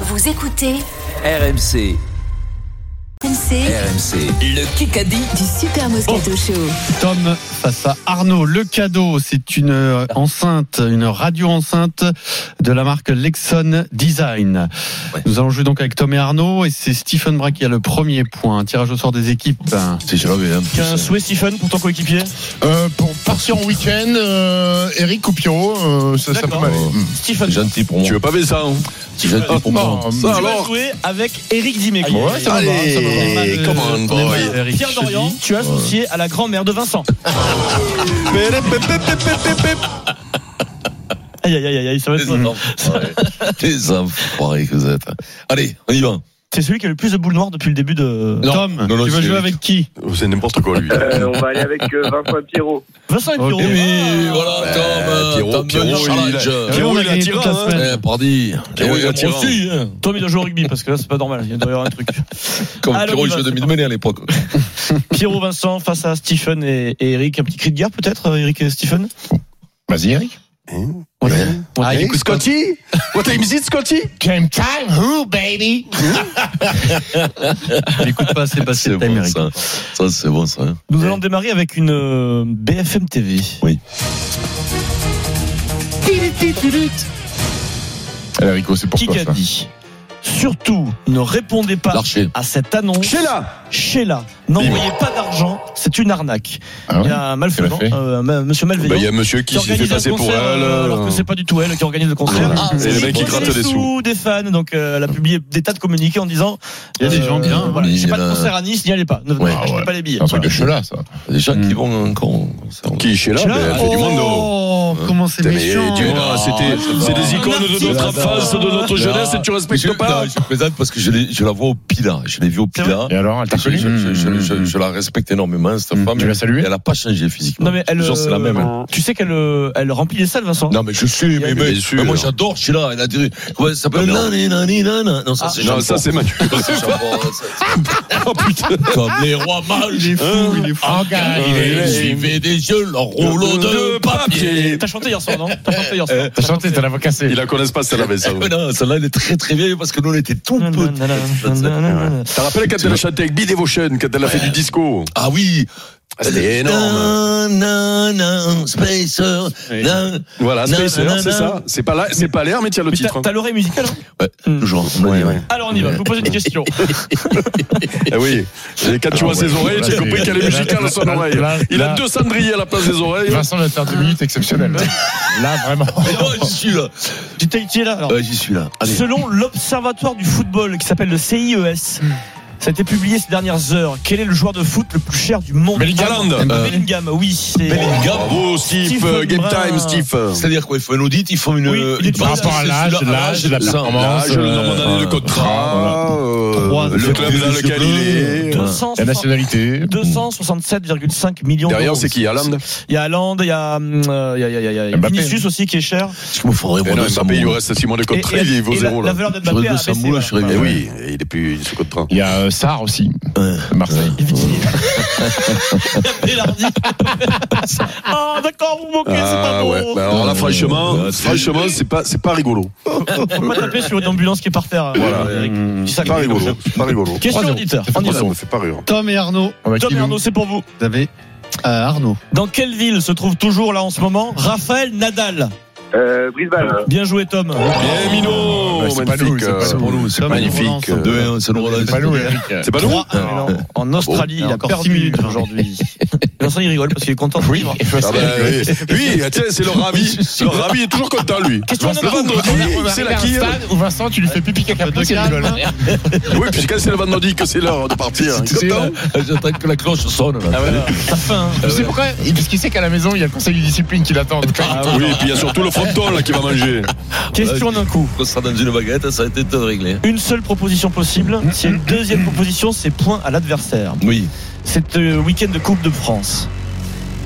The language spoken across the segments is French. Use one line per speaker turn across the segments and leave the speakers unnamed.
Vous écoutez
RMC,
MC
RMC, le Kikadi.
du Super Moscato Show.
Tom face à Arnaud. Le cadeau, c'est une euh, enceinte, une radio enceinte de la marque Lexon Design.
Ouais.
Nous allons jouer donc avec Tom et Arnaud et c'est Stephen Bra qui a le premier point. Tirage au sort des équipes.
C'est gravé, hein.
Qu'un souhait, Stephen, pour ton coéquipier
Euh, pour partir en week-end, euh, Eric Coupiro, euh, ça, ça peut
D'accord.
m'aller.
Stephen,
Mmh. Gentil pour moi.
Tu veux pas ça hein
tu
gentil
vas
pour moi. Mmh.
Non,
Ça alors
jouer avec Eric Dimeco.
Ouais, ça va, ça va.
Allez, come on,
On est mal,
boy.
Eric.
euh, Pierre Dorian,
Chevy.
tu es associé à la grand-mère de Vincent. Aïe, aïe, aïe, aïe, ça va
Des
être bon.
enfoirés. Des enfoirés que vous êtes. Allez, on y va.
C'est celui qui a le plus de boules noires depuis le début de.
Non,
Tom,
non, non,
tu veux
c'est
jouer
Eric.
avec qui
Oh, C'est n'importe quoi lui.
Euh, on va aller avec euh, Vincent Pierrot.
Vincent et
Ok.
Pierrot.
Eh
Oui, voilà, Tom. euh,
Pierrot,
Tom
Pierrot,
Denis
il
Challenge.
a-
Pierrot,
Pierrot,
on Euh, a
il a
gagné
tiré,
toute la
hein.
semaine.
Eh, pardi.
Ah
Pierrot, il a tiré.
Tom, il hein. doit jouer au rugby parce que là, c'est pas normal. Il doit y avoir un truc.
Comme
Alors,
Pierrot,
on
il
y
jouait
va,
de mêlée à l'époque.
Pierrot, Vincent face à Stephen et, et Eric. Un petit cri de guerre, peut-être, euh, Eric et Stephen
Vas-y, Eric.
Ah,
Eric.
Scotty What time is it, Scotty
Game time, who, baby?
Il écoute pas assez passé
C'est
le
bon,
Eric.
ça. Ça, c'est bon, ça.
Nous allons démarrer avec une euh, BFM TV.
Allez, Rico, c'est pour
Qui
toi,
a
ça.
dit Surtout, ne répondez pas
L'archer.
à cette annonce.
Sheila
Sheila, n'envoyez pas d'argent, c'est une arnaque.
Ah ouais
Il y a un malfaisant,
Qu'elle a fait
euh, un monsieur malveillant.
Bah, il y a un monsieur qui s'est fait
organise un
passer pour
concert,
elle.
euh, alors
euh,
que c'est pas du tout elle qui organise le concert. Ah,
Voilà.
c'est
Et le mec qui
Il prend
gratte des sous.
des fans, donc euh, elle a publié des tas de communiqués en disant euh,
Il y a des gens bien,
Voilà,
mais
j'ai
il y
pas
en
de
a-
concert à Nice, n'y allez pas. Ne
Ouais,
achetez
ouais.
pas les billets.
C'est un truc
Voilà.
de chelin, ça.
Des gens
Hmm.
qui vont encore. au concert.
Qui est Sheila
Sheila
mais Elle fait du monde.
hein.
Oh, comment c'est
Putain, mais
méchant.
tu- ah, c'était- C'est des
Un
icônes de
artiste.
notre enfance, de notre jeunesse, et tu
Je,
respectes pas
non, je présente parce que je, l'ai- je la vois au Pila. Je l'ai vue au
C'est
Pila.
Et alors, elle t'a
Je,
connu
je- je- je- je-
Hmm.
je la respecte énormément, cette femme.
Tu l'as salué
Et Elle n'a pas changé physiquement.
Non mais elle,
Genre, c'est la
euh,
même. hein.
Tu sais qu'elle euh, elle remplit les salles, Vincent.
Non, mais je suis, mais,
Mais
mais,
bien sûr.
mais moi j'adore Sheila. Elle a dit, comment elle s'appelle
Mais non.
Nani, nani, nana. Non, ça
Ah.
c'est
Non,
Jean
ça
Paul.
c'est Mathieu.
Ça, c'est Jean Paul. Ça, c'est- Comme les rois mages. Ah,
Fou, il est fou.
Regarde, il est-
Ils suivaient des yeux leur rouleau de papier.
T'as chanté hier soir, non T'as chanté hier soir.
Euh, T'as chanté, t'as la voix cassée.
Ils la connaissent pas, celle-là, mais ça.
Ouais, non, celle-là, elle est très très vieille parce que nous, on était tout petits.
T'as rappelé quand elle a chanté avec Be Devotion, quand elle a fait du disco
Ah oui!
Ah, C'était énorme.
Nan, nan, nan, Spacer. nan.
Voilà,
Na, na,
Spacer,
na,
c'est
na.
ça. C'est pas là- c'est pas l'air, mais tiens le
Mais t'as-
titre. hein.
T'as l'oreille musicale hein
Ouais, toujours, on me l'a dit, ouais.
Alors on y va, je vous pose une question.
Eh oui. Et quand tu vois ses oreilles, tu as compris qu'elle est musicale, son oreille. Il a deux cendriers à la place des oreilles.
Vincent va te faire deux minutes exceptionnelles. Là, vraiment.
Mais non, Ah, j'y suis là.
Tu t'es qui est là alors
Euh,
Ouais, j'y suis là. Allez.
Selon l'Observatoire du football qui s'appelle le CIES,
Hmm.
ça a été publié ces dernières heures. Quel est le joueur de foot le plus cher du monde
Bellingham.
Euh, Bellingham, oui. c'est-
Bellingham.
Bravo, Steve.
Stephen
euh, Game
Brun.
time, Steve.
C'est-à-dire quoi Ils font un audit, ils font une.
Oui, il est
une
toujours
balance,
par rapport à l'âge,
celui-là, Ah,
l'âge,
à
la performance. euh, Ah,
L'âge, le nombre d'années de contrat, euh,
Trois,
le
c'est
club dans lequel il est.
200
La nationalité.
267,5 millions d'euros.
Derrière, c'est qui Haaland
Il y a Haaland, il y a, hum, euh, il y a, il y a- il y a
Mbappé.
Vinicius aussi qui est cher.
Je me ferai
Eh
moi
non,
deux cents
Mbappé, il lui
moules.
reste 6 mois de
Et-
contrat,
et
il vaut
et la-
zéro
la
là.
valeur de
J'aurais
Mbappé a
200
baissé,
moules,
là.
je serais
Eh
bien.
oui, et il est plus sous contrat.
Il y a euh, Sarr aussi,
Ouais.
Marseille.
Il a dit. Ah d'accord, vous vous moquez, c'est pas
Ah
bon.
ouais, bah alors là, franchement,
Ouais, c'est-
franchement, c'est pas, c'est pas rigolo.
Faut pas taper sur une ambulance qui est par terre. euh,
Voilà.
Eric.
Hum.
Tu sais
C'est pas
que-
rigolo. C'est pas rigolo.
hein. Question
3-0.
auditeur.
Ça fait
On y va.
3-0.
Ça me fait pas rire.
Tom et Arnaud,
On va qui, Oh,
Tom
nous
Arnaud, c'est pour vous.
vous avez euh, Arnaud.
Dans quelle ville se trouve toujours là en ce moment Raphaël Nadal
Euh, Brisbane.
Bien joué Tom.
Eh, Mino
bah,
Ouais, c'est pas nous,
Magnifique.
c'est pas
euh,
nous.
Pour nous, c'est
Tom,
pas
il
magnifique,
relance.
euh,
Deux, un, c'est le
C'est
relais.
pas nous, Eric.
C'est pas nous Ah,
3 En Australie,
Bon,
il a
encore
perdu
six
minutes
minutes.
aujourd'hui. Vincent il rigole parce qu'il est content de vivre.
Ah bah, oui, oui tiens, c'est le ravi. Le ravi est toujours content, lui.
Question
le
numéro
vendredi, c'est la qui
Stade où Vincent, tu lui fais pipi caca
De
pouce, il
calme.
rigole.
Oui, puis quand c'est le vendredi que c'est l'heure de partir.
Tu sais, là, J'attends que la cloche sonne.
Ah
là.
T'as faim. hein
Tu sais pourquoi Il- Parce qu'il sait qu'à la maison, il y a le conseil de discipline qui l'attend. Donc,
Ah Oui, et puis il y a surtout le fronton là qui va manger.
Question d'un coup.
Quand ça dans une baguette, ça a été tout réglé.
Une seule proposition possible. S'il y a une deuxième proposition, c'est euh, point à l'adversaire.
Oui.
C'est le week-end de Coupe de France.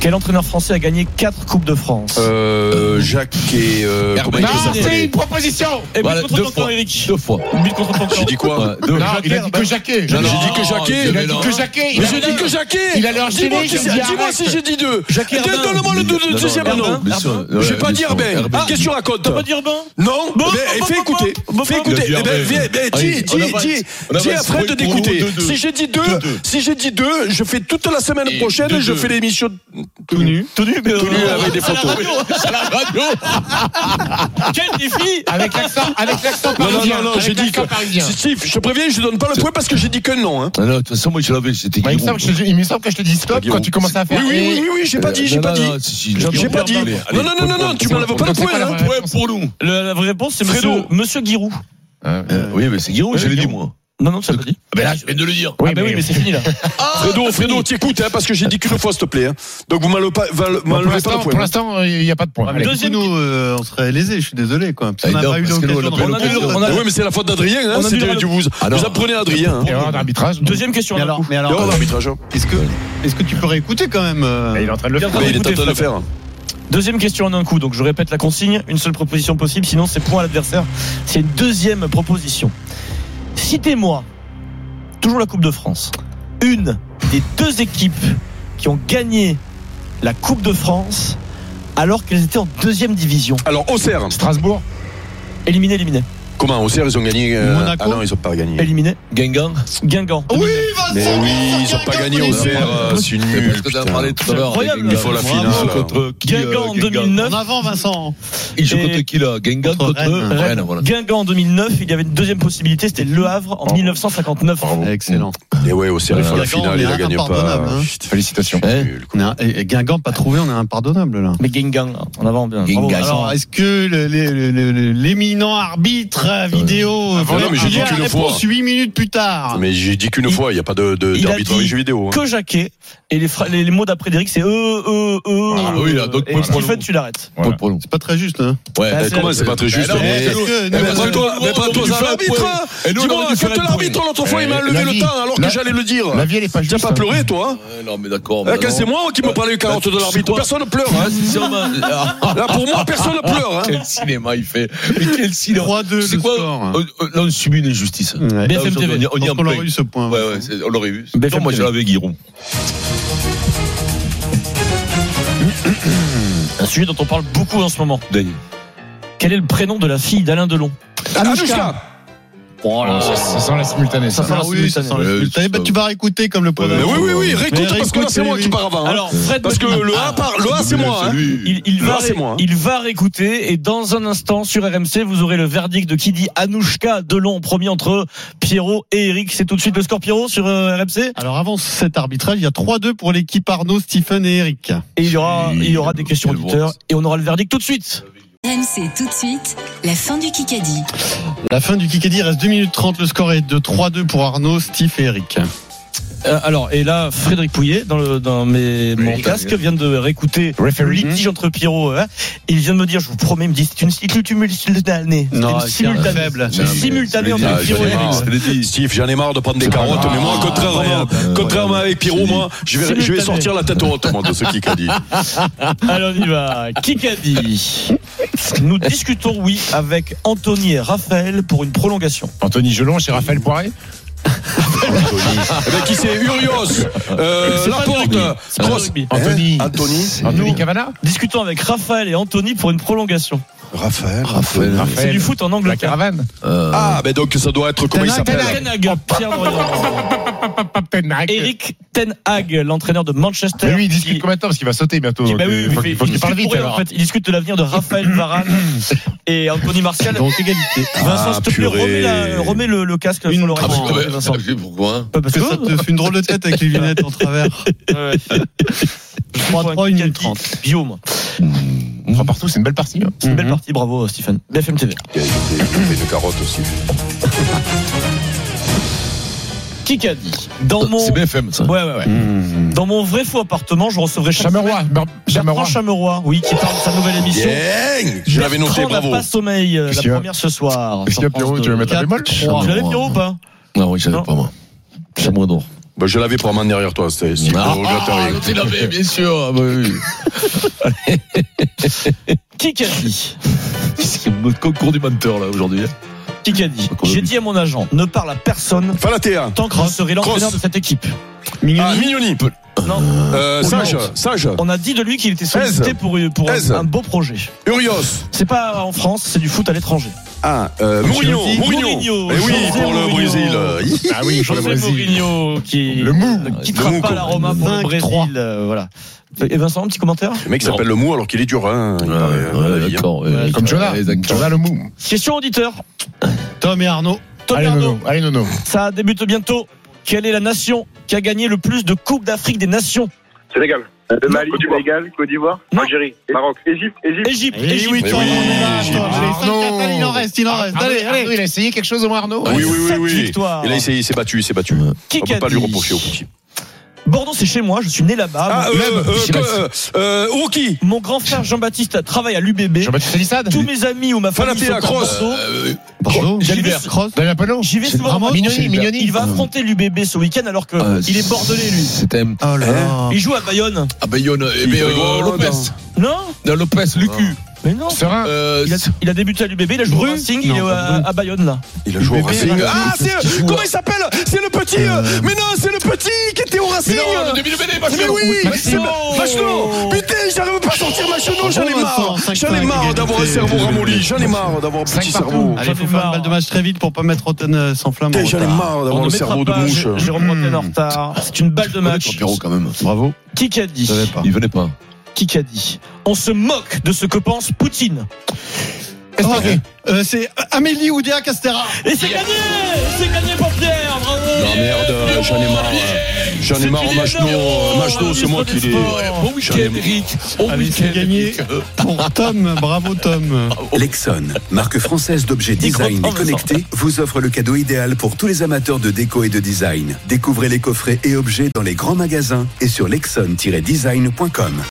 Quel entraîneur français a gagné 4 Coupes de France
Euh, Jacques et. Euh, comment il
Non,
s'appelle
Ah, c'est une proposition
Et
voilà,
Eh, contre
deux
ton temps,
fois.
Eric.
Deux fois.
But contre ton temps.
J'ai dit quoi
Ouais, deux.
Non, il a dit que Jacquet.
Non, non,
J'ai dit que Jacquet.
je
Il a
vais
dit
non.
que Jacquet.
Mais
il a
j'ai dit que Jacquet
il a leur
Dis-moi
gilet,
qui
j'ai
c'est-
dit
dis-moi
arrête.
si j'ai dit deux
Herbin.
Donne-moi le deux-
Non, non,
deuxième
Herbin.
nom
Bien sûr.
Je
Ouais,
vais pas
bien
dire
sûr.
Ben
Herbin.
Qu'est-ce que tu racontes
T'as pas dit Urbain
Non
Bon,
mais eh,
bon,
fais
bon,
écouter
bon, bon,
Fais
bon,
écouter
bon.
Eh ben, viens, ben,
Ah,
Dis
il- on
dis-
avance.
dis-
On avance.
dis à Fred
Oui,
d'écouter
pour nous, deux, deux.
Si j'ai dit
Deux,
deux
deux.
Si j'ai dit deux Je fais toute la semaine
Et
prochaine
deux,
Je
deux.
fais l'émission
Tout nu. Tout nu, mais.
Tout nu Ah, avec des photos
C'est la radio
Quel défi
Avec l'accent, avec l'accent
Non non
parisien.
non non
avec
J'ai dit
l'accent
que
parisien.
Si, si, je te préviens, je donne pas le point parce que j'ai dit que non. Hein.
Non, non, de toute façon, moi je l'avais, c'était
Bah, il, me
Giroud.
semble que je, il me semble que je te dis stop
Guillaume.
quand tu commences à
Oui,
faire.
oui, oui, oui, oui, j'ai pas dit, j'ai
Euh, Non,
pas
non,
dit.
non, si, si,
J'ai
J'ai
Giroud.
pas dit.
Allez, allez,
Non, non, non, non, non, tu m'en avais pas le
Donc, c'est
point,
pas la
hein.
vraie
Ouais,
réponse.
pour nous.
Le- La vraie réponse, c'est
Fredo.
monsieur, monsieur Giroud.
Euh, Oui, mais c'est Giroud, je l'ai dit moi.
Non, non, tu l'as pas dit.
Ah, Mais là, je viens de le dire.
Oui, mais oui, mais c'est fini là.
Ah, Fredo, Fredo, t'écoutes, hein, parce que j'ai dit qu'une fois, s'il te plaît. hein. Donc vous m'enlevez pas, val-
Bon, pour
m'enlevez pas
l'instant-
le
pour
point.
l'instant, il n'y a pas de point.
Ouais, mais
Allez.
Deuxième-
du coup, nous, euh, on serait lésés, je suis désolé. Quoi, parce
Ah,
qu'on n'a
non,
pas eu
parce que nous,
l'occasion de
on a pas eu
reprendre.
l'occasion.
Ah Oui, mais c'est la faute d'Adrien.
On
Hein,
a
c'était
vu le-
du vous.
Ah, non.
vous apprenez à Adrien. Hein.
Erreur d'arbitrage.
Deuxième question.
Mais
d'un
alors,
coup.
mais
Et
alors
on
euh,
l'arbitrage. hein.
est-ce que, est-ce que tu peux réécouter quand même euh,
Il est en train de le
Bien
faire.
sûr.
Mais il est en
écoutez,
train de le faire.
Deuxième question en un coup, donc je répète la consigne, une seule proposition possible, sinon c'est point à l'adversaire. C'est une deuxième proposition. Citez-moi, toujours la Coupe de France, une des deux équipes qui ont gagné la Coupe de France alors qu'elles étaient en deuxième division.
Alors, Auxerre.
Strasbourg.
Éliminé, éliminé.
Comment Auxerre, ils ont gagné. euh,
Monaco.
Ah non, ils ont pas gagné.
Éliminé.
Guingamp.
Guingamp.
Oui,
Mais oui, ils ont pas gagné Auxerre. euh, C'est une
C'est parce
nulle.
que t'en as
putain.
parlé tout à l'heure.
C'est incroyable.
avec Guingamp.
Il faut la finale,
Bravo
alors.
contre qui, euh,
Guingamp en
Guingamp
2009.
En avant, Vincent.
Il joue contre
Et-
qui là Guingamp
Contre
contre
Rennes.
Rennes. voilà.
Guingamp en 2009, il y avait une deuxième possibilité, c'était Le Havre en 1959.
Oh.
Excellent.
Et ouais, Auxerre, ils font la finale, ils la gagnent pas.
Impardonnable, hein.
Félicitations.
Hein
Nul, quoi.
On est un- et et Guingamp pas trouvé, on est impardonnable là.
Mais Guingamp, en avant bien.
Guingamp.
Bravo.
Guingamp.
Alors,
Alors, est-ce que le- le- le- le- le- l'éminent arbitre euh, vidéo
Ah, non, mais j'ai
il
dit
y a
qu'une
la
fois.
réponse 8 minutes plus tard
Mais j'ai dit qu'une
Il-
fois, il n'y a pas de- de-
il a
d'arbitre
dit
avec jeux vidéo. hein.
que Jacquet. Et les, fra- les, les mots d'après Derrick, c'est euh, euh, euh.
Ah oui, là, donc,
et
voilà.
Stephen, tu l'arrêtes.
Pas de problème.
C'est pas très juste. Hein.
Ouais.
Bah,
Eh, Comment c'est pas très juste
Eh, non,
mais-
mais-
Est-ce que-
mais-
Mais
nous-
parce que-
prends-toi,
nous, on
mais
aurait
prends-toi
dû
à
faire un
l'arbitre.
point. hein. Et nous, on
Dis-moi,
aurait dû faire
quand
un
l'arbitre
point.
l'autre fois, il
Eh,
m'a levé
la
le
vie-
temps alors que
la-
j'allais le dire.
La vie, elle est pas
T'as
juste.
pas
hein.
pleuré, toi hein
Ouais, Non, Ah, mais d'accord.
Eh,
mais
Quand
Oh, bah non.
c'est moi qui me parlais du carotte de
tu sais
l'arbitre,
quoi
personne ne pleure.
Ah,
hein.
c'est sûrement- Ah,
Là, pour moi, personne ne pleure. hein.
Quel cinéma il fait. Mais quel cinéma.
3-2
C'est
le
quoi
score.
Euh, euh, Là, on subit une injustice.
Ouais.
BFM
aujourd'hui,
TV.
on y- On y
Je
est
pense
en
qu'on
plein.
aurait eu ce point.
Ouais, ouais, c'est- on l'aurait vu.
BFM
Non, moi, je
TV.
l'avais Guiron.
Un sujet dont on parle beaucoup en ce moment.
Daniel.
Quel est le prénom de la fille d'Alain Delon
Anouchka
Oh là là, ça-
Ça sent la simultanée.
ça
ça.
sent la
Ah oui, ça
simultanée.
sent la
Euh,
simultanée. Bah,
ça-
tu vas réécouter comme le point
Mais
d'avant.
Oui, oui, oui,
Mais
réécoute parce que là, c'est moi qui
réécoute,
pars avant. hein.
Alors, Ah, Fred
Parce que
Botman.
le A part, le A, c'est moi. hein.
Il, il va,
Là, c'est moi, hein.
il va réécouter et dans un instant sur RMC, vous aurez le verdict de qui dit Anouchka Delon en premier entre Pierrot et Eric. C'est tout de suite le score Pierrot sur euh, RMC.
Alors avant cet arbitrage, il y a 3-2 pour l'équipe Arnaud, Stephen et Eric.
Et il y aura, il y aura des questions
Quel
auditeurs
bon.
et on aura le verdict tout de suite.
RMC tout de suite, la fin du Kikadi.
La fin du Kikedi reste 2 minutes 30, le score est de 3-2 pour Arnaud, Steve et Eric.
Euh, alors, et là, Frédéric Pouillet, dans, le, dans mes, mon
oui.
casque, vient de réécouter le
Referee.
litige entre Pierrot. hein. il vient de me dire, je vous promets, il me dit, c'est une simultanée. C'était
Non,
une
c'est
simultanée.
faible.
C'est une
Non, mais
simultanée
je l'ai
entre
dit,
Pierrot
Ah, je
et
l'ai
Ah, Eric.
dit. Steve, j'en ai marre de prendre des
pas
carottes,
grave.
mais moi,
Ah,
contrairement,
incroyable.
contrairement avec Pierrot, moi, je vais, je vais
Simultané.
sortir la tête haute, moi, de ce qui a dit.
Alors on y va. Kikadi. Nous discutons, oui, avec Anthony et Raphaël pour une prolongation.
Anthony Gelon chez Raphaël Poiré.
Eh ben, qui c'est Urios, euh,
C'est pas du
Laporte,
rugby. C'est pas du
Grosse-
rugby.
Anthony.
Anthony.
Anthony Cavana.
Discutons avec Raphaël et Anthony pour une prolongation.
Raphaël.
Raphaël.
C'est du foot en
La
Angleterre.
caravane.
Euh,
Ah, ben donc, ça doit être comment il
Tenag,
s'appelle hein.
Ten Hag, Pierre Dorian.
Papenhague.
Eric Ten Hag, l'entraîneur de Manchester.
Mais lui, il discute
qui-
combien de temps Parce qu'il va sauter bientôt.
qui- bah
donc,
oui,
euh,
oui,
faut
mais
qu'il- faut
il
qu'il parle
discute
vite
pour rien, en
alors.
fait. Il discute de l'avenir de Raphaël Varane et Anthony Martial.
Donc égalité.
ah,
Vincent, s'il te plaît,
purée.
remets, la- remets le, le casque
Une-
sur
ah,
l'oreille.
parce que-
s'il te plaît, Vincent.
ah, mais pourquoi hein
Parce
Que ça te fait une drôle de tête avec les lunettes en travers.
Ouais. Je prends un
3-3,
Kikadi.
1 minute 30.
Guillaume.
Trois partout, c'est une belle partie. hein.
C'est une belle partie, bravo euh, Stéphane. BFM TV.
Il fait une carotte aussi.
Qui a dit Dans mon.
C'est BFM, ça.
Ouais, ouais, ouais.
Mhm.
Dans mon vrai faux appartement, je recevrai chaque
Chamerois. Ber-
semaine Bertrand
Chamerois.
Chameroy, oui, qui parle de sa nouvelle émission.
Bien Je l'avais noté,
Bertrand n'a
bravo.
pas sommeil, euh, la
Qu'est-ce qu'il y a
première ce soir.
Est-ce qu'il y a
sur France
Pierrot, tu veux
deux.
mettre un bémol
Tu l'avais Pierrot ou pas
Non, oui, j'avais
Non.
pas moi. Chamois d'or.
Bah, je l'avais probablement derrière toi, c'était si
Ah,
pour
ah,
Gattari.
tu l'avais, bien sûr. Ah, bah oui.
Qui qu'a dit
C'est le concours du menteur, là, aujourd'hui.
Qui qu'a dit J'ai dit à mon agent, ne parle à personne
Falatea.
tant que je serai l'entraîneur
Hein Cross.
de cette équipe.
Ah, Mignoni.
Non,
Euh,
Oh,
sage,
non.
Sage.
on a dit de lui qu'il était sollicité
Aise.
pour, euh, pour un,
Aise.
un beau projet.
Urios.
C'est pas en France, c'est du foot à l'étranger.
Ah, euh, Mourinho.
Ancelotti.
Mourinho.
Mourinho,
Eh oui,
José
pour le
Mourinho.
Brésil.
Ah oui, pour le
José
Brésil.
Mourinho qui
Le mou.
ne quittera
Le mou,
pas la
quoi.
Roma pour le
5-3.
Brésil. euh, voilà. Et Vincent, un petit commentaire
Le mec
Non.
s'appelle le mou alors qu'il est dur, hein. il
Ouais,
paraît, à mon
ouais,
avis, hein.
d'accord, ouais,
Ouais, Comme
d'accord.
Jola.
Ouais, d'accord.
Jola le mou.
Question auditeur.
Tom et Arnaud.
Tom
Allez,
Arnaud,
Nono. Allez, Nono.
ça débute bientôt. Quelle est la nation qui a gagné le plus de Coupes d'Afrique des Nations
Sénégal. Le Euh, Mali,
Côte d'Ivoire.
Sénégal, Côte d'Ivoire,
Non.
Algérie, Maroc, Égypte, Égypte.
Égypte.
Et
Égypte.
Eh oui, Tom,
oui,
on est là,
Égypte.
Tom. Allez, cinq,
Ah, Arnaud.
quatre, allez, il en reste, il en reste. Allez,
Arnaud,
allez.
il a essayé quelque chose au moins, Arnaud
Oui, oui, oui,
Sept
oui.
victoires.
Il a essayé, il s'est battu, il s'est battu.
Qui
On
qu'a
peut pas lui
dit
reprocher au petit.
Bordeaux, c'est chez moi, je suis né là-bas.
Ah,
Mon-
euh, euh,
Chirac.
euh, euh, Rookie.
Mon grand frère Jean-Baptiste travaille à l'UBB.
Jean-Baptiste Elissade
Tous mes amis ou ma famille sont
Falatea,
à
Cross.
Bordeaux.
Euh,
Bordeaux,
J'y vais
Gilbert,
ce-
Cross.
Daniel Pano
J'y vais ce soir.
Vraiment Mignoni,
Gilbert.
Mignoni.
Il va affronter l'UBB ce week-end alors que
Ah,
euh,
il est bordelais lui.
C'était un.
Oh là là.
Il joue à Bayonne.
Ah, ben, Yon, eh
Il
ben, euh,
rigole,
Lopez.
hein.
Non
Non, Lopez, Lucu.
Mais non.
Serein
Euh,
Ah, Il a, il a débuté à l'UBB, il a joué au
Bru
Racing, il
Non,
est au-
pas
à,
Bru.
à Bayonne là.
Il a joué au Racing. Ah, c'est
Qui joue
comment il s'appelle C'est le petit. euh, Mais non, c'est le petit qui était au Racing.
Mais non, le demi-mêlée, Bachelot.
hein. Mais oui,
Maxime.
c'est Bachelot. Putain, j'arrive pas à sortir ma chenon, j'en ai
Bravo,
marre.
Vincent,
J'en ai
5-5,
marre d'avoir un
égalité.
cerveau ramolli. J'en ai marre d'avoir un petit
partout.
cerveau.
Allez,
J'en
faut
ai
faire une
marre.
balle de match très vite pour pas mettre Rotten sans flamme. bah, en
Putain, j'en ai
retard.
marre
On
d'avoir
ne
le
mettra
cerveau de Mmh.
pas
mouche. Ah,
Jé- Jérôme Rotten en retard. C'est une balle de match.
Pierrot, quand même.
Bravo.
Qui qu'a dit
Je savais pas.
Il venait pas.
Qui qu'a dit On se moque de ce que pense Poutine.
Ah, euh, C'est Amélie Oudéa Castera.
Et c'est gagné C'est gagné pour Pierre Bravo
Ah merde, j'en ai marre. J'en ai marre, Machno. Machno, c'est moi qui l'ai.
Bon week-end, Eric. Bon
Allez, c'est
week-end,
gagné
Eric. Euh,
pour Tom. Bravo, Tom.
Lexon, marque française d'objets design
Micro-ondes,
et connectés, vous offre le cadeau idéal pour tous les amateurs de déco et de design. Découvrez les coffrets et objets dans les grands magasins et sur lexon-design.com.